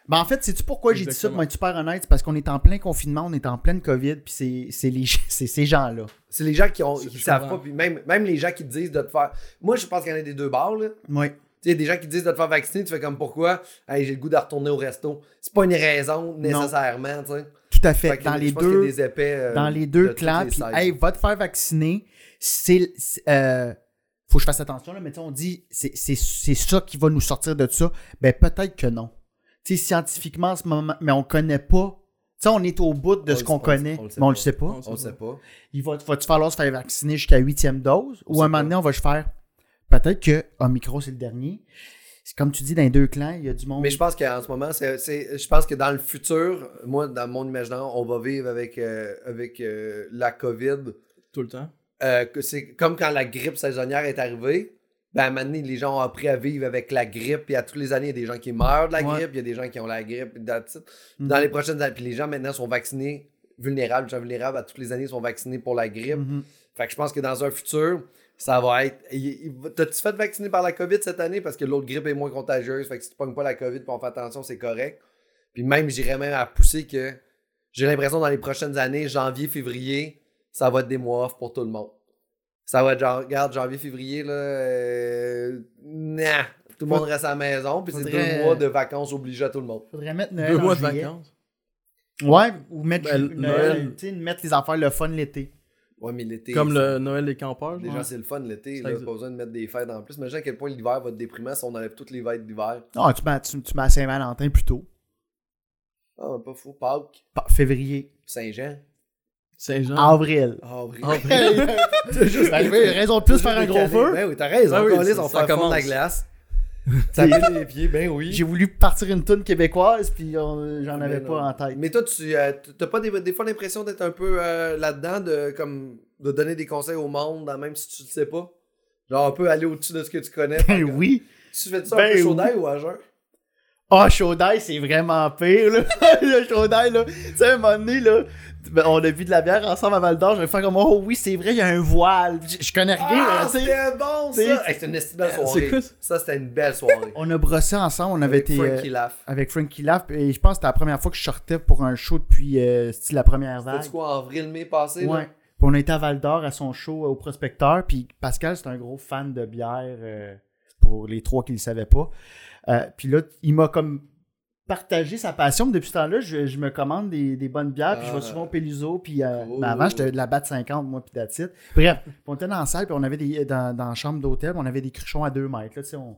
Ben, en fait, sais-tu pourquoi j'ai dit ça pour
Exactement.
être super honnête? C'est parce qu'on est en plein confinement, on est en pleine COVID, puis c'est- c'est les- c'est ces gens-là.
C'est les gens qui ont
C'est
qui savent
choquant.
pas, puis même, même les gens qui te disent de te faire. Moi, je pense qu'il y en a des deux bords, là. Tu
Oui.
sais, il y a des gens qui te disent de te faire vacciner, tu fais comme pourquoi Hey, j'ai le goût de retourner au resto. C'est pas une raison nécessairement, tu sais.
Tout à fait.
Fait que
dans,
je
les
pense qu'il y a
deux,
des épais, euh,
dans les
de
deux
toutes
clans,
les
puis
sizes.
hey, va te faire vacciner. C'est. c'est- euh, faut que je fasse attention, là, mais tu sais, on dit c'est c'est- c'est ça qui va nous sortir de ça. Ben, peut-être que non. Tu sais, scientifiquement, en ce moment, mais on connaît pas. Tu sais, on est au bout de
On
ce
le-
qu'on
on le-
connaît,
on le sait
mais on le
pas.
sait pas.
on sait pas.
il va, va-tu falloir se faire vacciner jusqu'à huitième dose?
On
Ou à un
sait pas.
moment donné, on va se faire. Peut-être que Omicron, c'est le dernier. C'est comme tu dis, dans les deux clans, il y a du monde.
Mais je pense qu'en ce moment, c'est, c'est- je pense que dans le futur, moi, dans mon imaginaire, on va vivre avec, euh, avec euh, la COVID.
Tout le temps.
Euh, que c'est comme quand la grippe saisonnière est arrivée. Ben, à un moment donné, les gens ont appris à vivre avec la grippe. Puis à toutes les années, il y a des gens qui meurent de la
Ouais.
grippe. Il y a des gens qui ont la grippe. puis that's it.
Mhm.
Dans les prochaines années, puis les gens maintenant sont vaccinés, vulnérables. Les gens vulnérables à toutes les années sont vaccinés pour la grippe.
Mhm.
Fait que je pense que dans un futur, ça va être. il- il- T'as-tu fait vacciner par la COVID cette année? Parce que l'autre grippe est moins contagieuse. Fait que si tu pognes pas la COVID pour on fait attention, c'est correct. Puis même, j'irais même à pousser que j'ai l'impression dans les prochaines années, janvier, février, ça va être des mois off pour tout le monde. Ça va être genre, regarde, janvier, février, là, euh, nah, tout le monde reste à la maison, puis c'est
faudrait-
deux mois de vacances obligées à tout le monde.
Faudrait mettre Noël.
Deux
en
mois de
juillet.
vacances.
Ouais, ou mettre
Ben,
ju-
Noël.
Noël, tu sais, mettre les affaires le fun l'été.
Ouais, mais l'été.
Comme
c'est-
le Noël des campeurs.
Déjà,
genre.
c'est le fun l'été,
Ça
là, pas
existe.
besoin de mettre des fêtes en plus. Imagine à quel point l'hiver va te déprimer si on enlève toutes les fêtes d'hiver.
Non, Ah, tu mets, tu, tu mets à Saint-Valentin plutôt.
Ah, mais pas fou. Pâques,
Février.
Saint-Jean,
Ah.
Saint-Jean.
Avril.
avril.
Ben, C'est juste arrivé,
hein?
raison de plus faire un gros
Décalé.
feu.
Ben oui, t'as raison.
Ah oui,
on
ça-
on
ça
fait fondre la
commence.
glace. Ça met les pieds, ben oui.
J'ai voulu partir une toune québécoise, puis on- j'en avais
Mais
pas
non.
en tête.
Mais toi, tu euh, t'as pas des, des fois l'impression d'être un peu euh, là-dedans, de, comme, de donner des conseils au monde, hein, même si tu le sais pas? Genre, un peu aller au-dessus de ce que tu connais.
Ben oui.
Tu fais ça un
Ben
peu chaud
oui.
d'ail ou à jeun?
Ah, Chaudail, c'est vraiment pire, là. le Chaudail, là. Tu sais, à un moment donné, là, ben, on a bu de la bière ensemble à Val d'Or. Je vais faire comme, oh oui, c'est vrai, il y a un voile. Je, je connais rien,
Ah,
là, tu sais.
c'était bon, ça!
t'sais-
Hey, c'était une esti belle
C'est
soirée.
quoi ça?
Ça, c'était une belle soirée.
On a brossé ensemble, on avait
Avec
été. euh,
Frankie Laff.
avec Frankie Laff. Et je pense que c'était la première fois que je sortais pour un show depuis euh, style la première vague.
C'était quoi, en avril-mai passé? là?
Ouais. Puis on était à Val d'Or à son show euh, au Prospecteur. Puis Pascal, c'est un gros fan de bière euh, pour les trois qui ne le savaient pas. Euh, puis là, il m'a comme partagé sa passion. Depuis ce temps-là, je, je me commande des, des bonnes bières. Puis je vais
Ah.
souvent au Peluso. Puis euh,
Cool.
ben avant, j'étais de la batte 50, moi, puis d'attitude. Bref, puis on était dans la salle. Puis on avait des, dans, dans la chambre d'hôtel. puis On avait des cruchons à deux mètres. Là, tu sais, on...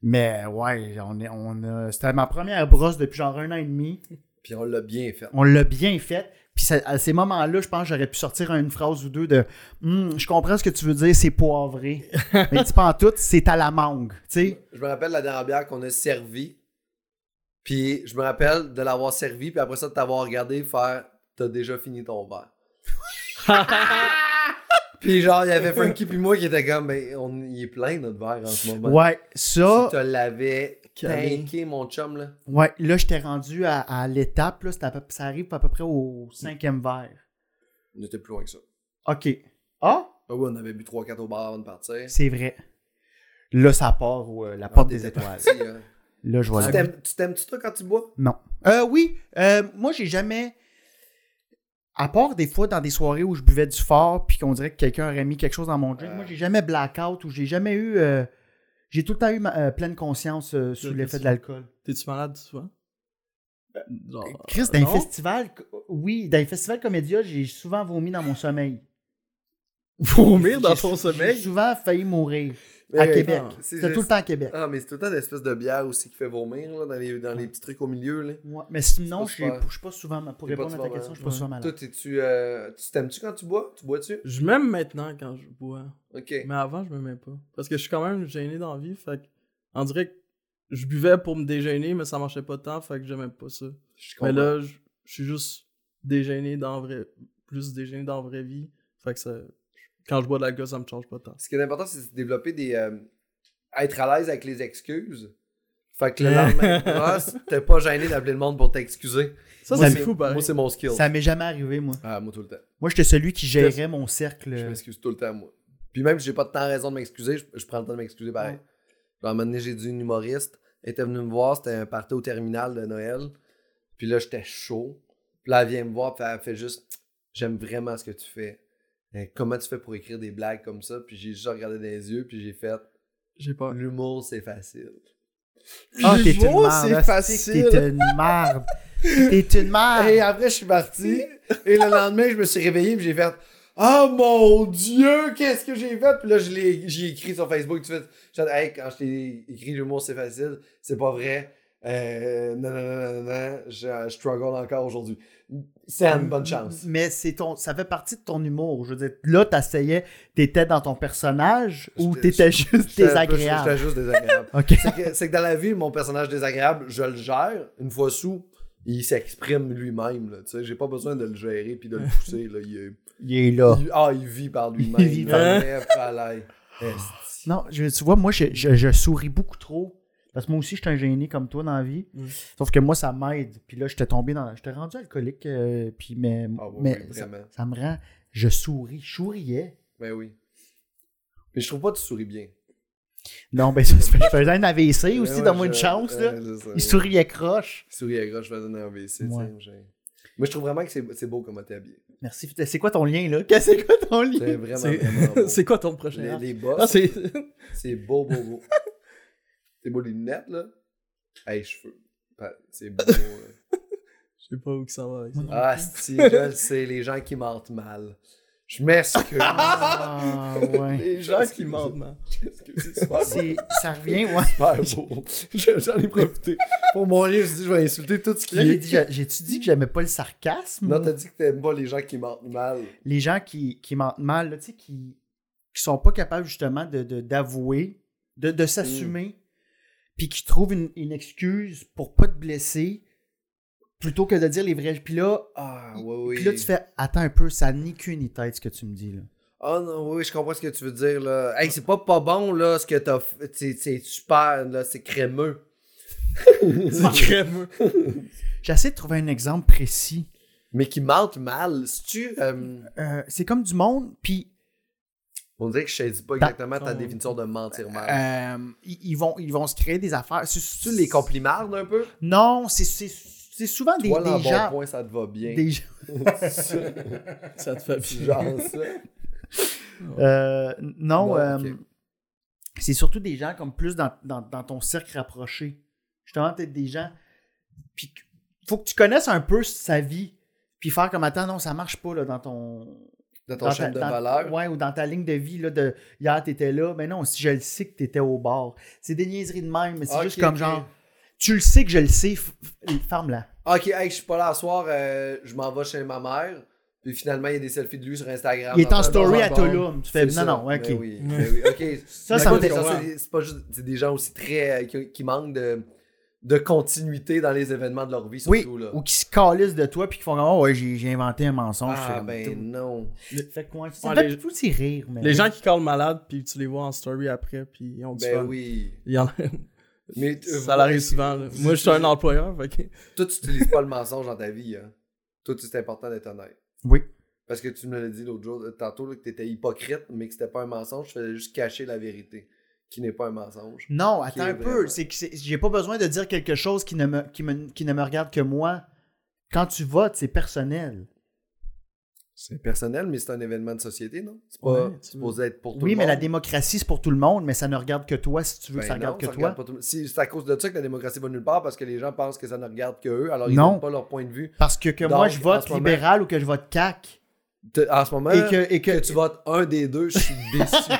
Mais ouais, on est, on a- c'était ma première brosse depuis genre un an et demi.
Puis on l'a bien fait.
On l'a bien fait. Puis ça- à ces moments-là, je pense que j'aurais pu sortir une phrase ou deux de Hum, Je comprends ce que tu veux dire, c'est poivré. Mais dis pas en tout, c'est à la mangue. Tu sais,
Je me rappelle la dernière bière qu'on a servie. Puis je me rappelle de l'avoir servi, puis après ça, de t'avoir regardé faire T'as déjà fini ton verre. Puis genre, il y avait Frankie puis moi qui était comme, ben, on, il est plein notre verre en ce moment.
Ouais, ça.
Tu te l'avais
Calé.
tanké, mon chum, là.
Ouais, là, j'étais rendu à, à l'étape. Là, c'était à peu- ça arrive à peu près au cinquième verre.
On était plus loin que ça.
OK. Ah,
Ah ouais, on avait bu 3-4 au bar avant de partir.
c'est vrai. Là, ça part au, euh, la porte des étoiles.
parti, hein.
Là, je vois
Tu
la-
t'aimes- Tu t'aimes-tu, toi, quand tu bois?
Non. Euh, oui, euh, moi, j'ai jamais. À part des fois dans des soirées où je buvais du fort puis qu'on dirait que quelqu'un aurait mis quelque chose dans mon drink,
Ouais.
moi, j'ai jamais blackout ou j'ai jamais eu. euh, j'ai tout le temps eu ma euh, pleine conscience euh, sous
Pleine
l'effet de
conscience.
l'alcool. Euh,
T'es-tu malade souvent? Genre,
Euh,
Chris, dans un
non?
festival, oui, dans un festival comédia, j'ai souvent vomi dans mon sommeil.
Vomir dans
J'ai-
ton
J'ai
sommeil?
souvent failli mourir à
Mais,
Québec.
Eh, non, c'est
C'était
juste-
tout le temps à Québec.
Ah, mais c'est tout le temps des espèces de bière aussi qui fait vomir, là, dans les, dans les petits trucs au milieu, là.
Ouais, Mais sinon,
C'est
je
pas super.
suis- je suis pas souvent, ma- pour
T'es pas
répondre à ta
souvent
question, je suis hein. pas
malade.
souvent malade.
Toi, t'es-tu... euh, tu t'aimes-tu quand tu bois? Tu bois-tu?
Je m'aime maintenant quand je bois.
OK.
Mais avant, je me mets pas. Parce que je suis quand même gêné dans la vie. Fait que, on dirait que je buvais pour me déjeuner, mais ça marchait pas tant. Fait que j'aimais pas ça.
Je
Mais là, je je suis juste déjeuné dans la vraie. Plus déjeuné dans la vraie vie. Fait que ça. Quand je bois de l'alcool, ça me change pas tant.
Ce qui est important, c'est de développer des... euh, être à l'aise avec les excuses. Fait que le
Ouais.
lendemain, de brosse, t'es pas gêné d'appeler le monde pour t'excuser.
Ça,
Moi,
c'est
c'est-
fou, pareil.
Moi, c'est mon skill.
Ça m'est jamais arrivé, moi.
Ah, moi, tout le temps.
Moi, j'étais celui qui
J'étais-
gérait mon cercle.
Je m'excuse tout le temps, moi. Puis même si j'ai pas de temps raison de m'excuser, je, je prends le temps de m'excuser pareil. Genre, à un moment donné, j'ai dit une humoriste, elle était venue me voir, c'était un party au terminal de Noël. Puis là, j'étais chaud. Puis là, elle vient me voir, puis elle fait juste J'aime vraiment ce que tu fais. Euh, Comment tu fais pour écrire des blagues comme ça? Puis j'ai juste regardé dans les yeux, puis j'ai fait
J'ai peur.
L'humour, c'est facile.
Ah, t'es
J'ai
une
beau,
merde.
c'est
asti,
facile.
T'es une merde. T'es une merde.
Et après, je suis parti. Et le lendemain, je me suis réveillé, puis j'ai fait Oh mon Dieu, qu'est-ce que j'ai fait? Puis là, je l'ai- j'ai écrit sur Facebook. Tu fais, j'ai dit, Hey, quand je t'ai écrit l'humour, c'est facile, c'est pas vrai. Euh, non, non, non, non, non, je, je struggle encore aujourd'hui. Sam, bonne chance.
Mais c'est ton, ça fait partie de ton humour. Je veux dire, là, t'essayais, t'étais dans ton personnage ou
J'étais-
t'étais juste
J'étais un peu-
désagréable.
J'étais juste désagréable.
OK.
C'est que- c'est que dans la vie, mon personnage désagréable, je le gère. Une fois sous, il s'exprime lui-même. là, Tu sais, j'ai pas besoin de le gérer puis de le pousser. Là. Il est
Il est là.
Il- ah, il vit par lui-même.
Il vit par Ah,
là.
lui.
Lève, palais. Esti.
Non, je- tu vois, moi, je, je- je souris beaucoup trop. Parce que moi aussi, je suis un gêné comme toi dans la vie.
Mm.
Sauf que moi, ça m'aide. Puis là, j'étais tombé dans. J'étais rendu alcoolique. euh, puis, mais.
Ah oui,
mais
oui,
ça,
vraiment.
ça me rend. Je souris. Je souriais.
Ben oui. Mais je trouve pas que tu souris bien. Ben
Non, ben, ça, se fait- je faisais un AVC aussi,
Ouais,
donne-moi
je- euh,
une chance,
ouais,
là.
c'est ça.
Il souriait croche.
Il sourit à gauche, je faisais un AVC. tu sais,
Ouais.
j'ai- Moi, je trouve vraiment que c'est c'est beau comment t'es habillé.
Merci. Putain, C'est quoi ton lien, là? Qu'est-ce que C'est quoi ton
C'est
lien?
vraiment,
C'est-
vraiment beau.
C'est quoi ton prochain
Les,
acte?
les
Ah,
bas,
c'est.
c'est beau, beau, beau. c'est beau les lunettes, là. Hey, cheveux. Ben, C'est beau. là.
Je sais pas où que ça va. avec ça.
Moi non
Ah,
plus.
si, je le sais, les gens qui mentent mal. Je m'excuse.
Ah, ouais.
les gens qui mentent mal.
man.
Excusez, c'est pas
C'est- Ça revient, ouais.
super beau. Je- J'en ai profité. Pour mon livre, je dis je vais insulter tout ce qui
Là, j'ai
est. Hmm.
dit- j'ai- j'ai-tu dit que j'aimais pas le sarcasme?
Non, t'as dit que t'aimes pas les gens qui mentent mal.
les gens qui, qui mentent mal, là, tu sais, qui, qui sont pas capables justement de, de- d'avouer, de, de s'assumer,
Mm.
puis qui trouvent une, une excuse pour pas te blesser, plutôt que de dire les vrais. Puis là,
Ah, oui, oui.
puis là, tu fais attends un peu, ça n'est qu'une ni tête ce que tu me dis là.
Ah, non, oui, oui, je comprends ce que tu veux dire, là. Hey, c'est pas pas bon, là, ce que t'as fait. C'est- C'est super, là, c'est crémeux.
C'est crème.
J'essaie de trouver un exemple précis.
Mais qui mentent mal, si tu. euh,
Euh, c'est comme du monde, puis
on dirait que je saisis pas
Ta-
exactement ta
ton-
définition de mentir mal.
Bah, euh, ils, ils vont, ils vont se créer des affaires. C'est, c'est-
tu les complimardes un peu?
Non, c'est, c'est, c'est souvent des,
Toi,
des
là, en bon
gens.
point, ça te va bien.
des gens-
Ça te fait bizarre.
Genre ça.
Euh, non,
Bon,
euh,
ok.
c'est surtout des gens comme plus dans, dans- dans ton cercle rapproché. Justement, peut-être des gens. Puis que- faut que tu connaisses un peu sa vie. Puis faire comme attends, non, ça marche pas là, dans ton.
Dans ton
dans
chaîne de
ta- dans-
valeur.
Ouais, ou dans ta ligne de vie là, de hier, t'étais là. Mais non, si je le sais que t'étais au bord. C'est des niaiseries de même, mais c'est
Ok,
juste comme
ok.
genre. Tu le sais que je le sais, f- f- ferme-la.
Ok, hey, je suis pas là ce soir, euh, je m'en vais chez ma mère. Puis finalement, il y a des selfies de lui sur Instagram.
Il est en
Dans-
story
dans-
à
dans-
Tulum. Tu fais,
C'est
non,
ça.
non, ok.
Ben oui, ben oui, ok.
Ça,
Mais
ça me
écoute,
fait
c'est-
loin.
c'est- C'est pas juste. C'est des gens aussi très. euh, qui, qui manquent de. de continuité dans les événements de leur vie,
Oui,
surtout. là.
ou qui se calissent de toi puis qui font comme, oh ouais, j'ai j'ai inventé un mensonge.
Ah,
C'est-
ben non.
Fait que, ouais, ça
Ouais,
fait
les-
vous dire rire, mais.
Les gens qui callent malade, puis tu les vois en story après, puis on
Ben oui.
Il y en a...
Mais euh,
Ça l'arrive souvent. là. Moi, je suis un employeur, fait que...
Toi, tu n'utilises pas le mensonge dans ta vie. Hein. Toi, tu- c'est important d'être honnête.
Oui.
Parce que tu me l'as dit l'autre jour, euh, tantôt, là, que tu étais hypocrite, mais que c'était pas un mensonge, tu faisais juste cacher la vérité, qui n'est pas un mensonge.
Non,
Qui
attends
est
un
vraiment-
peu. C'est que c'est- j'ai pas besoin de dire quelque chose qui ne me, qui me, qui ne me regarde que moi. Quand tu votes, c'est personnel.
C'est personnel, mais c'est un événement de société, non? C'est pas
Ouais, tu
supposé être pour tout
Oui,
le
mais la
monde.
démocratie, c'est pour tout le monde, mais ça ne regarde que toi si tu veux
Ben
que ça regarde
non,
que toi.
regarde pas tout le monde. Si- c'est à cause de ça que la démocratie va nulle part, parce que les gens pensent que ça ne regarde que eux, alors ils
Non.
n'ont pas leur point de vue.
Parce que que
Donc,
moi je
en
vote
ce moment-
libéral ou que je vote CAC.
Te- en ce moment,
Et que, et que,
que tu votes un des deux, je suis déçu.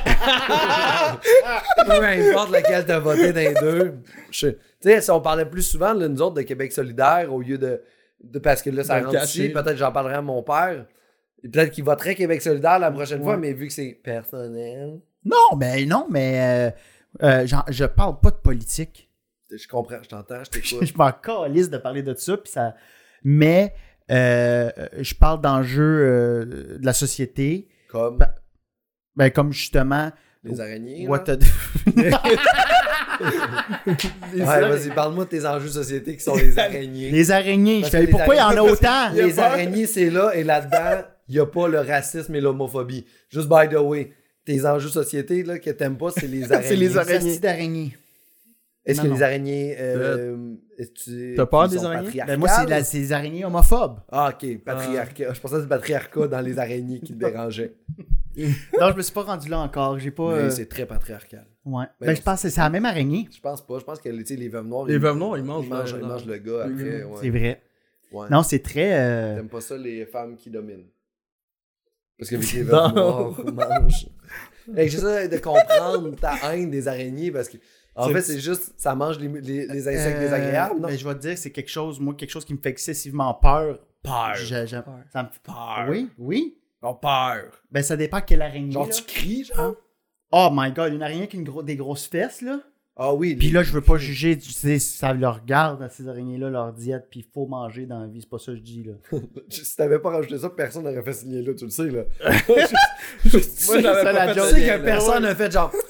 Peu importe lequel t'as voté d'un deux. je- Tu sais, si on parlait plus souvent, là, nous autres, de Québec solidaire, au lieu de. de- parce que là, ça
De
rentre
cacher,
ici,
là.
peut-être j'en parlerai à mon père. Et Peut-être qu'il voterait Québec solidaire la prochaine
Ouais.
fois, mais vu que c'est personnel.
Non, mais non, mais euh, euh, j'en- je parle pas de politique.
Je comprends, je t'entends, je t'écoute.
je m'en calisse de parler de ça, puis ça. Mais euh, je parle d'enjeux euh, de la société.
Comme
Pa- Ben, comme justement.
les araignées.
What
là.
the-
Ouais, vas-y, parle-moi de tes enjeux de société qui sont les araignées.
Les araignées.
Parce
je fais,
que Ben, les
pourquoi il y en a
araignées-
autant?
Les araignées, c'est là, et là-dedans, il n'y a pas le racisme et l'homophobie. Juste by the way, tes enjeux de société là, que t'aimes pas, c'est les araignées.
C'est les araignées.
araignées. d'araignées.
Est-ce que
Non,
les
non.
araignées. euh, est-ce que tu-
T'as peur
ils
des
sont
araignées?
patriarcales?
Ben, moi, c'est, la- c'est les araignées homophobes.
Ah, ok, patriarcat. Je pensais que c'est le patriarcat dans les araignées qui te dérangeait.
Non, je me suis pas rendu là encore. J'ai pas.
Mais
euh,
c'est très patriarcal.
ouais.
ben
ben,
non,
je pense que c'est la même araignée.
Je pense pas. Je pense que tu sais, les veuves noires.
Les veuves noires, ils mangent
Ils mangent,
le-
ils mangent le gars
le
après.
gars.
ouais.
C'est vrai.
Ouais.
Non, c'est très. euh,
T'aimes pas ça, les femmes qui dominent. Parce que vu que les
Non.
veuves noires mangent. Fait que J'essaie de comprendre ta haine des araignées parce que. En
C'est-
fait, c'est juste, ça mange les, les- les insectes
euh,
désagréables, non?
ben, je vais te dire, c'est quelque chose, moi, quelque chose qui me fait excessivement peur.
Peur.
Je- je-
Peur.
ça me fait
Peur.
Oui, oui.
Genre peur.
Ben, ça dépend quelle araignée.
Genre,
là.
tu cries, genre?
Oh my god, une araignée qui a une gro- des grosses fesses, là.
Ah oui.
Puis
les-
là, je veux pas juger, tu sais, ça leur garde, ces araignées-là, leur diète, puis il faut manger dans la vie, c'est pas ça que je dis, là.
Si t'avais pas rajouté ça, personne n'aurait fait ce lien-là, tu le sais, là.
Moi, j'avais
ça,
pas
la
fait
Tu
joke.
ça.
sais que personne n'a fait genre.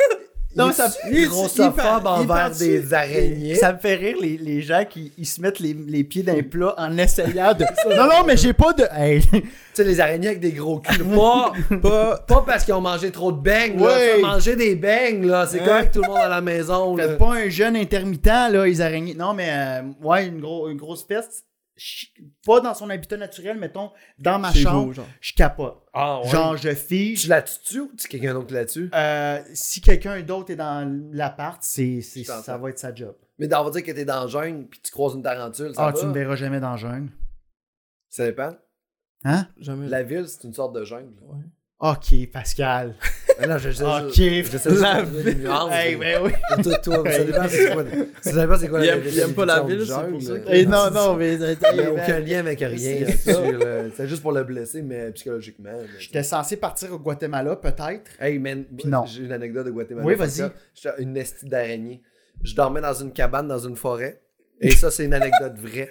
Non,
il
ça-
est-tu
il- il-
grossophobe
il parle- il
envers
parle-
des araignées.
Ça me fait rire les, les gens qui ils se mettent les, les pieds dans les plats en essayant de. non, non, mais j'ai pas de. Hey.
Tu sais, les araignées avec des gros culs. Pas, pas, pas parce qu'ils ont mangé trop de beignes, là.
Ouais.
Tu sais, Manger des beignes, là, c'est
Hein?
correct tout le monde à la maison, là.
Faites pas un jeune intermittent, là, les araignées. Non, mais euh, ouais, une, gros, une grosse peste. Je- Pas dans son habitat naturel, mettons, dans ma
Chez
chambre,
vous, genre.
je capote.
Ah ouais?
Genre, je fige.
Tu la tues ou tu quelqu'un d'autre là-dessus?
Euh, si quelqu'un d'autre est dans l'appart, c'est, c'est-
Je t'entends.
ça va être sa job.
Mais on va dire que t'es dans le jungle puis tu croises une tarentule, ça
Ah,
va?
tu me verras jamais dans la jungle.
Ça dépend.
Hein?
Jamais.
La ville, c'est une sorte de jungle.
Ok, Pascal.
Mais non, je, je,
Ok.
je- j'essaie juste
La
de trouver des nuances,
Hey,
mais-
ben oui.
Toi, toi, ça dépend c'est quoi. Ça dépend c'est quoi
Il
la-
aime-
la
il aime pas la
définition
ville,
de
c'est pour
jungle,
ça que-
là.
Eh, non, non, mais.
Il n'y a aucun lien avec rien.
c'est
là-dessus,
ça.
là. C'est juste pour le blesser, mais psychologiquement. là, tu sais.
J'étais censé partir au Guatemala, peut-être.
Hey man,
Puis non.
j'ai une anecdote de Guatemala.
Oui,
Fait que
vas-y.
là, J'étais une estie d'araignée. Je dormais dans une cabane dans une forêt. Et ça, c'est une anecdote vraie.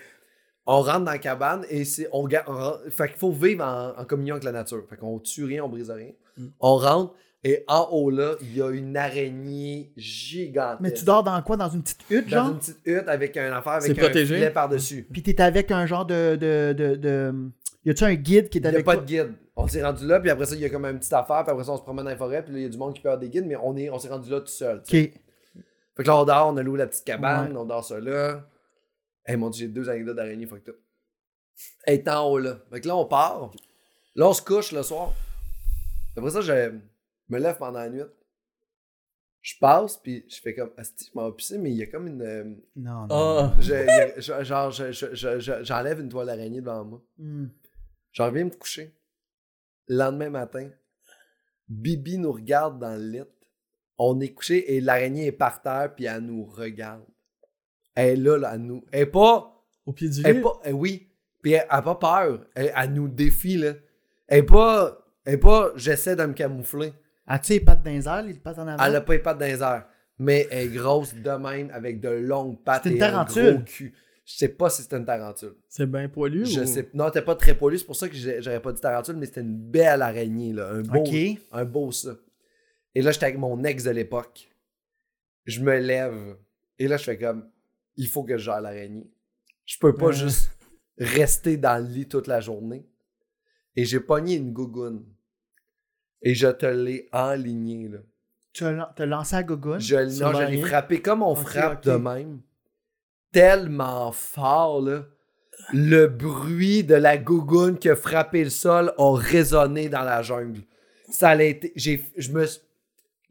On rentre dans la cabane et c'est, on, ga- on ren- Fait qu'il faut vivre en, en communion avec la nature. Fait qu'on tue rien, on brise rien.
Mm.
On rentre et en haut là, il y a une araignée gigantesque.
Mais tu dors dans quoi? Dans une petite hutte,
Ah, dans
genre?
une petite hutte avec un affaire avec
C'est
un
protégé?
filet par-dessus.
Puis t'es avec un genre de. de, de, de... Y a-tu un guide qui est
Il n'y a
avec
pas
toi?
de guide. On s'est rendu là, puis après ça, il y a comme une petite affaire, puis après ça, on se promène dans la forêt, puis là, il y a du monde qui peut avoir des guides, mais on est- on s'est rendu là tout seul. tu sais.
Ok.
Fait que là, on dort, on a loué la petite cabane, on dort ça là. Hey, mon Dieu, j'ai deux anecdotes d'araignée, fuck tout. Hey, t'es en haut là. Fait que là, on part. Là, on se couche le soir. Après ça, je me lève pendant la nuit. Je passe, puis je fais comme, Asti, je m'en vais pisser, mais il y a comme une. euh,
Non, non.
Ah.
je- il y a- je- genre, je- je- je- je- j'enlève une toile d'araignée devant moi.
Hmm.
J'en reviens me coucher. Le lendemain matin, Bibi nous regarde dans le lit. On est couché et l'araignée est par terre puis elle nous regarde. Elle est là, là, elle nous. Elle est pas.
Au pied du
Elle
lit.
est pas. elle- oui. Puis elle n'a pas peur. Elle, elle nous défie, là. Elle est pas. Elle est pas. J'essaie de me camoufler.
As-tu les pattes dans les airs, les pattes en avant?
Elle a pas les pattes dans les airs. mais elle est grosse de même avec de longues pattes
C'est une
et un
tarentule.
gros cul. Je sais pas si c'était une tarentule.
C'est bien poilu
Je
ou...
sais non, t'es pas très poilu, c'est pour ça que j'ai- j'aurais pas dit tarentule, mais c'était une belle araignée là, un beau
OK.
un beau ça. Et là, j'étais avec mon ex de l'époque. Je me lève. Et là, je fais comme, il faut que je gère l'araignée. Je peux pas
Ouais.
juste rester dans le lit toute la journée. Et j'ai pogné une gougoune. Et je te l'ai enlignée, là.
Tu as lan- t'as lancé à Gogun.
Je, l'ai-
Sur
non, je l'ai
l'araignée?
frappé comme on
Ok,
frappe
ok.
de même. Tellement fort, là. Le bruit de la gougoune qui a frappé le sol a résonné dans la jungle. Ça a été. J'ai, je me, suis-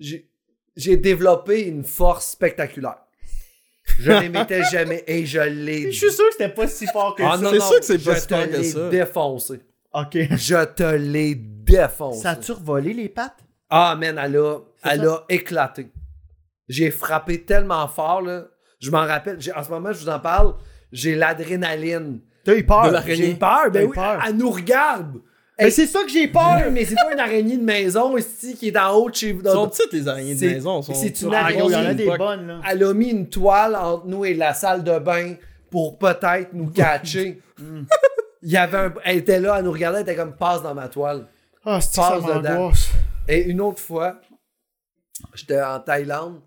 j'ai, j'ai développé une force spectaculaire. Je ne m'étais jamais. Et je l'ai.
Je suis sûr que c'était pas si fort que
Ah
ça.
non,
C'est
non,
sûr que c'est pas
je
si
te
fort que
l'ai
ça.
défoncé.
OK.
Je te l'ai défoncé.
Ça a-tu revolé les pattes?
Ah, man, elle a,
C'est
elle
ça.
a éclaté. J'ai frappé tellement fort, là. Je m'en rappelle. J'ai- En ce moment, je vous en parle. J'ai l'adrénaline.
T'as eu peur.
De la- L'araignée.
J'ai peur,
T'as
ben
eu
oui.
peur.
Elle nous regarde.
Mais c'est ça que j'ai peur!
Oui, mais c'est pas une araignée de maison ici qui est en haut de chez vous.
Ils sont petites, les araignées de
C'est-
maison. Sont...
c'est une
Ah,
araignée.
gros, il y en a
Fuck.
des bonnes, là.
Elle a mis une toile entre nous et la salle de bain pour peut-être nous catcher. Il y avait un- Elle était là, elle nous regardait, elle était comme passe dans ma toile.
Ah, c'est
ça
ça
Passe dedans.
m'angoisse.
Et une autre fois, j'étais en Thaïlande,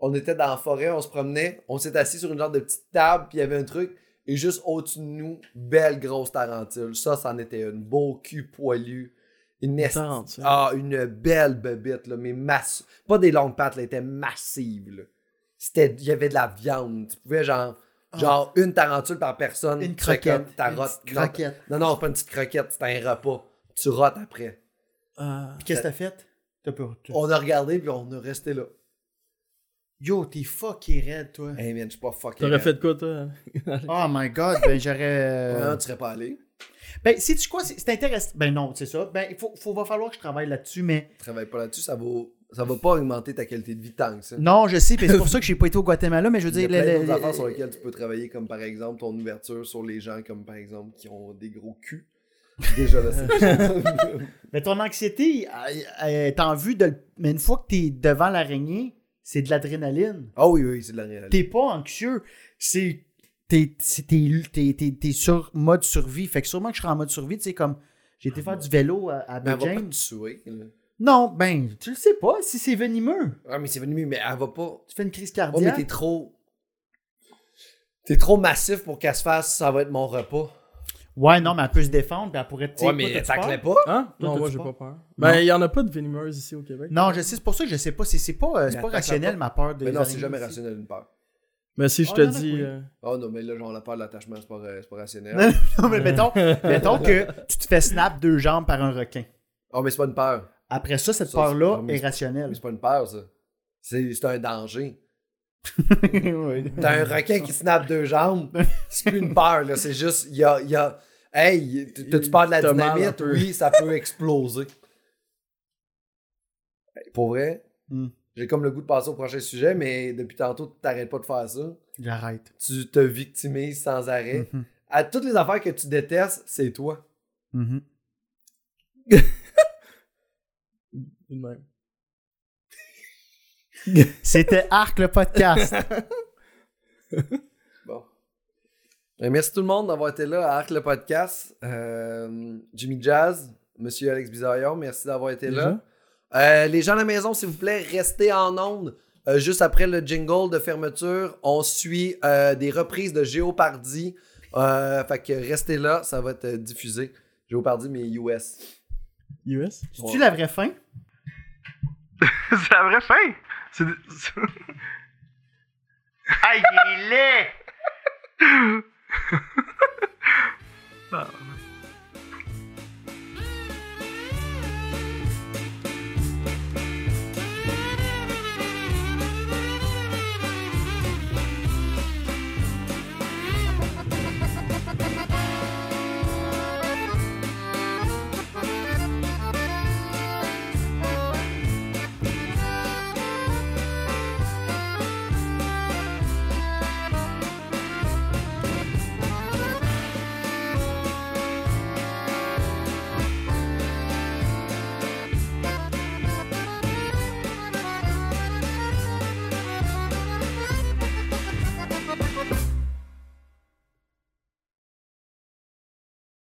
on était dans la forêt, on se promenait, on s'est assis sur une genre de petite table, puis il y avait un truc, et juste au-dessus de nous, belle grosse tarentule. Ça, c'en était une. Beau cul poilu. Une esti-
Tarentule.
Ah, une belle bébite, là, mais masse. Pas des longues pattes, là, elle était massive, là. C'était... Il y avait de la viande. Tu pouvais, genre, genre une tarentule par personne.
Une
Tu fais comme,
croquette.
t'as
Une
rot-
petite croquette.
Non, non, pas une petite croquette, c'était un repas. Tu rotes après.
Ah.
Puis qu'est-ce que t'as fait? T'as peur. t'as-
On a regardé, puis on a resté là.
Yo, t'es fucking raide, toi.
Hey man, je suis pas fucking.
T'aurais fait de quoi, toi? Hein?
Oh my god, ben j'aurais.
Premièrement,
euh,
tu serais pas allé.
Ben, sais-tu quoi? C'est c'est intéressant. Ben non, c'est ça. Ben, il faut, faut- va falloir que je travaille là-dessus, mais.
Travaille pas là-dessus, ça vaut. Ça va pas augmenter ta qualité de vie tant que ça.
Non, je sais, puis c'est pour ça que j'ai pas été au Guatemala, mais je
Il
veux
y a
dire.
plein
le- le-
d'autres affaires
le-
sur lesquelles tu peux travailler, comme par exemple ton ouverture sur les gens, comme par exemple qui ont des gros culs. Déjà là, c'est
Mais ton anxiété, elle- elle est en vue de. le- Mais une fois que t'es devant l'araignée, c'est de l'adrénaline.
Ah oui, oui, c'est de la réalité.
T'es pas anxieux. C'est. T'es c'est- t'es- t'es- t'es- t'es sur mode survie. Fait que sûrement que je serai en mode survie, tu sais, comme. J'ai été faire du vélo à, à
Mais Ben, elle va pas
Beijing.
te tuer. là.
Non, ben, tu le sais pas, si c'est venimeux.
Ah, mais c'est venu, mais elle va pas.
Tu fais une crise
Oh, mais
cardiaque.
t'es trop. T'es trop massif pour qu'elle se fasse, ça va être mon repas.
ouais, non, mais elle peut se défendre, puis elle pourrait te
Ouais,
dire,
mais
toi,
elle
t'as-tu peur?
taclait pas.
Hein?
Toi,
Non,
t'as-tu
moi, j'ai
peur?
pas peur. Ben, il y en a pas de venimeuses ici au Québec.
Non, je sais, c'est pour ça que je sais pas. C'est, c'est pas, euh, c'est
Mais
pas
attends,
rationnel
attends.
ma peur de.
Mais non, c'est jamais rationnel une peur.
Mais si je
Ah,
te
il y en a que
dis...
oui.
euh,
Oh non, mais là, genre, la peur de l'attachement, c'est pas, euh, c'est pas rationnel.
Non, non, mais mettons, mettons que tu te fais snap deux jambes par un requin.
Oh, mais c'est pas une peur.
Après ça,
Ça,
cette
c'est-
peur-là
non, mais
est
c'est- Mais
rationnelle.
c'est pas une peur, ça. C'est c'est un danger.
Oui.
T'as un requin qui snappe deux jambes, c'est plus une peur, là. C'est juste, il y a, il y a- Hey, t- t'as-tu peur de la
T'as mal un
dynamite?
peu.
Oui, ça peut exploser. Hey, Pour vrai,
Hmm.
j'ai comme le goût de passer au prochain sujet, mais depuis tantôt, t'arrêtes pas de faire ça.
J'arrête.
Tu te victimises sans arrêt.
Mhm.
À toutes les affaires que tu détestes, c'est toi.
Mhm.
de même.
C'était Arc le podcast.
Bon. Ben, merci tout le monde d'avoir été là à Arc le podcast. Euh, Jimmy Jazz, Monsieur Alex Bizarillon, merci d'avoir été là. Euh, les gens à la maison, s'il vous plaît, restez en onde. Euh, juste après le jingle de fermeture, on suit euh, des reprises de Géopardy. Euh, fait que restez là, ça va être euh, diffusé. Géopardy, mais US.
US?
C'est-tu la vraie fin?
C'est la vraie fin! C'est. ah, il est laid!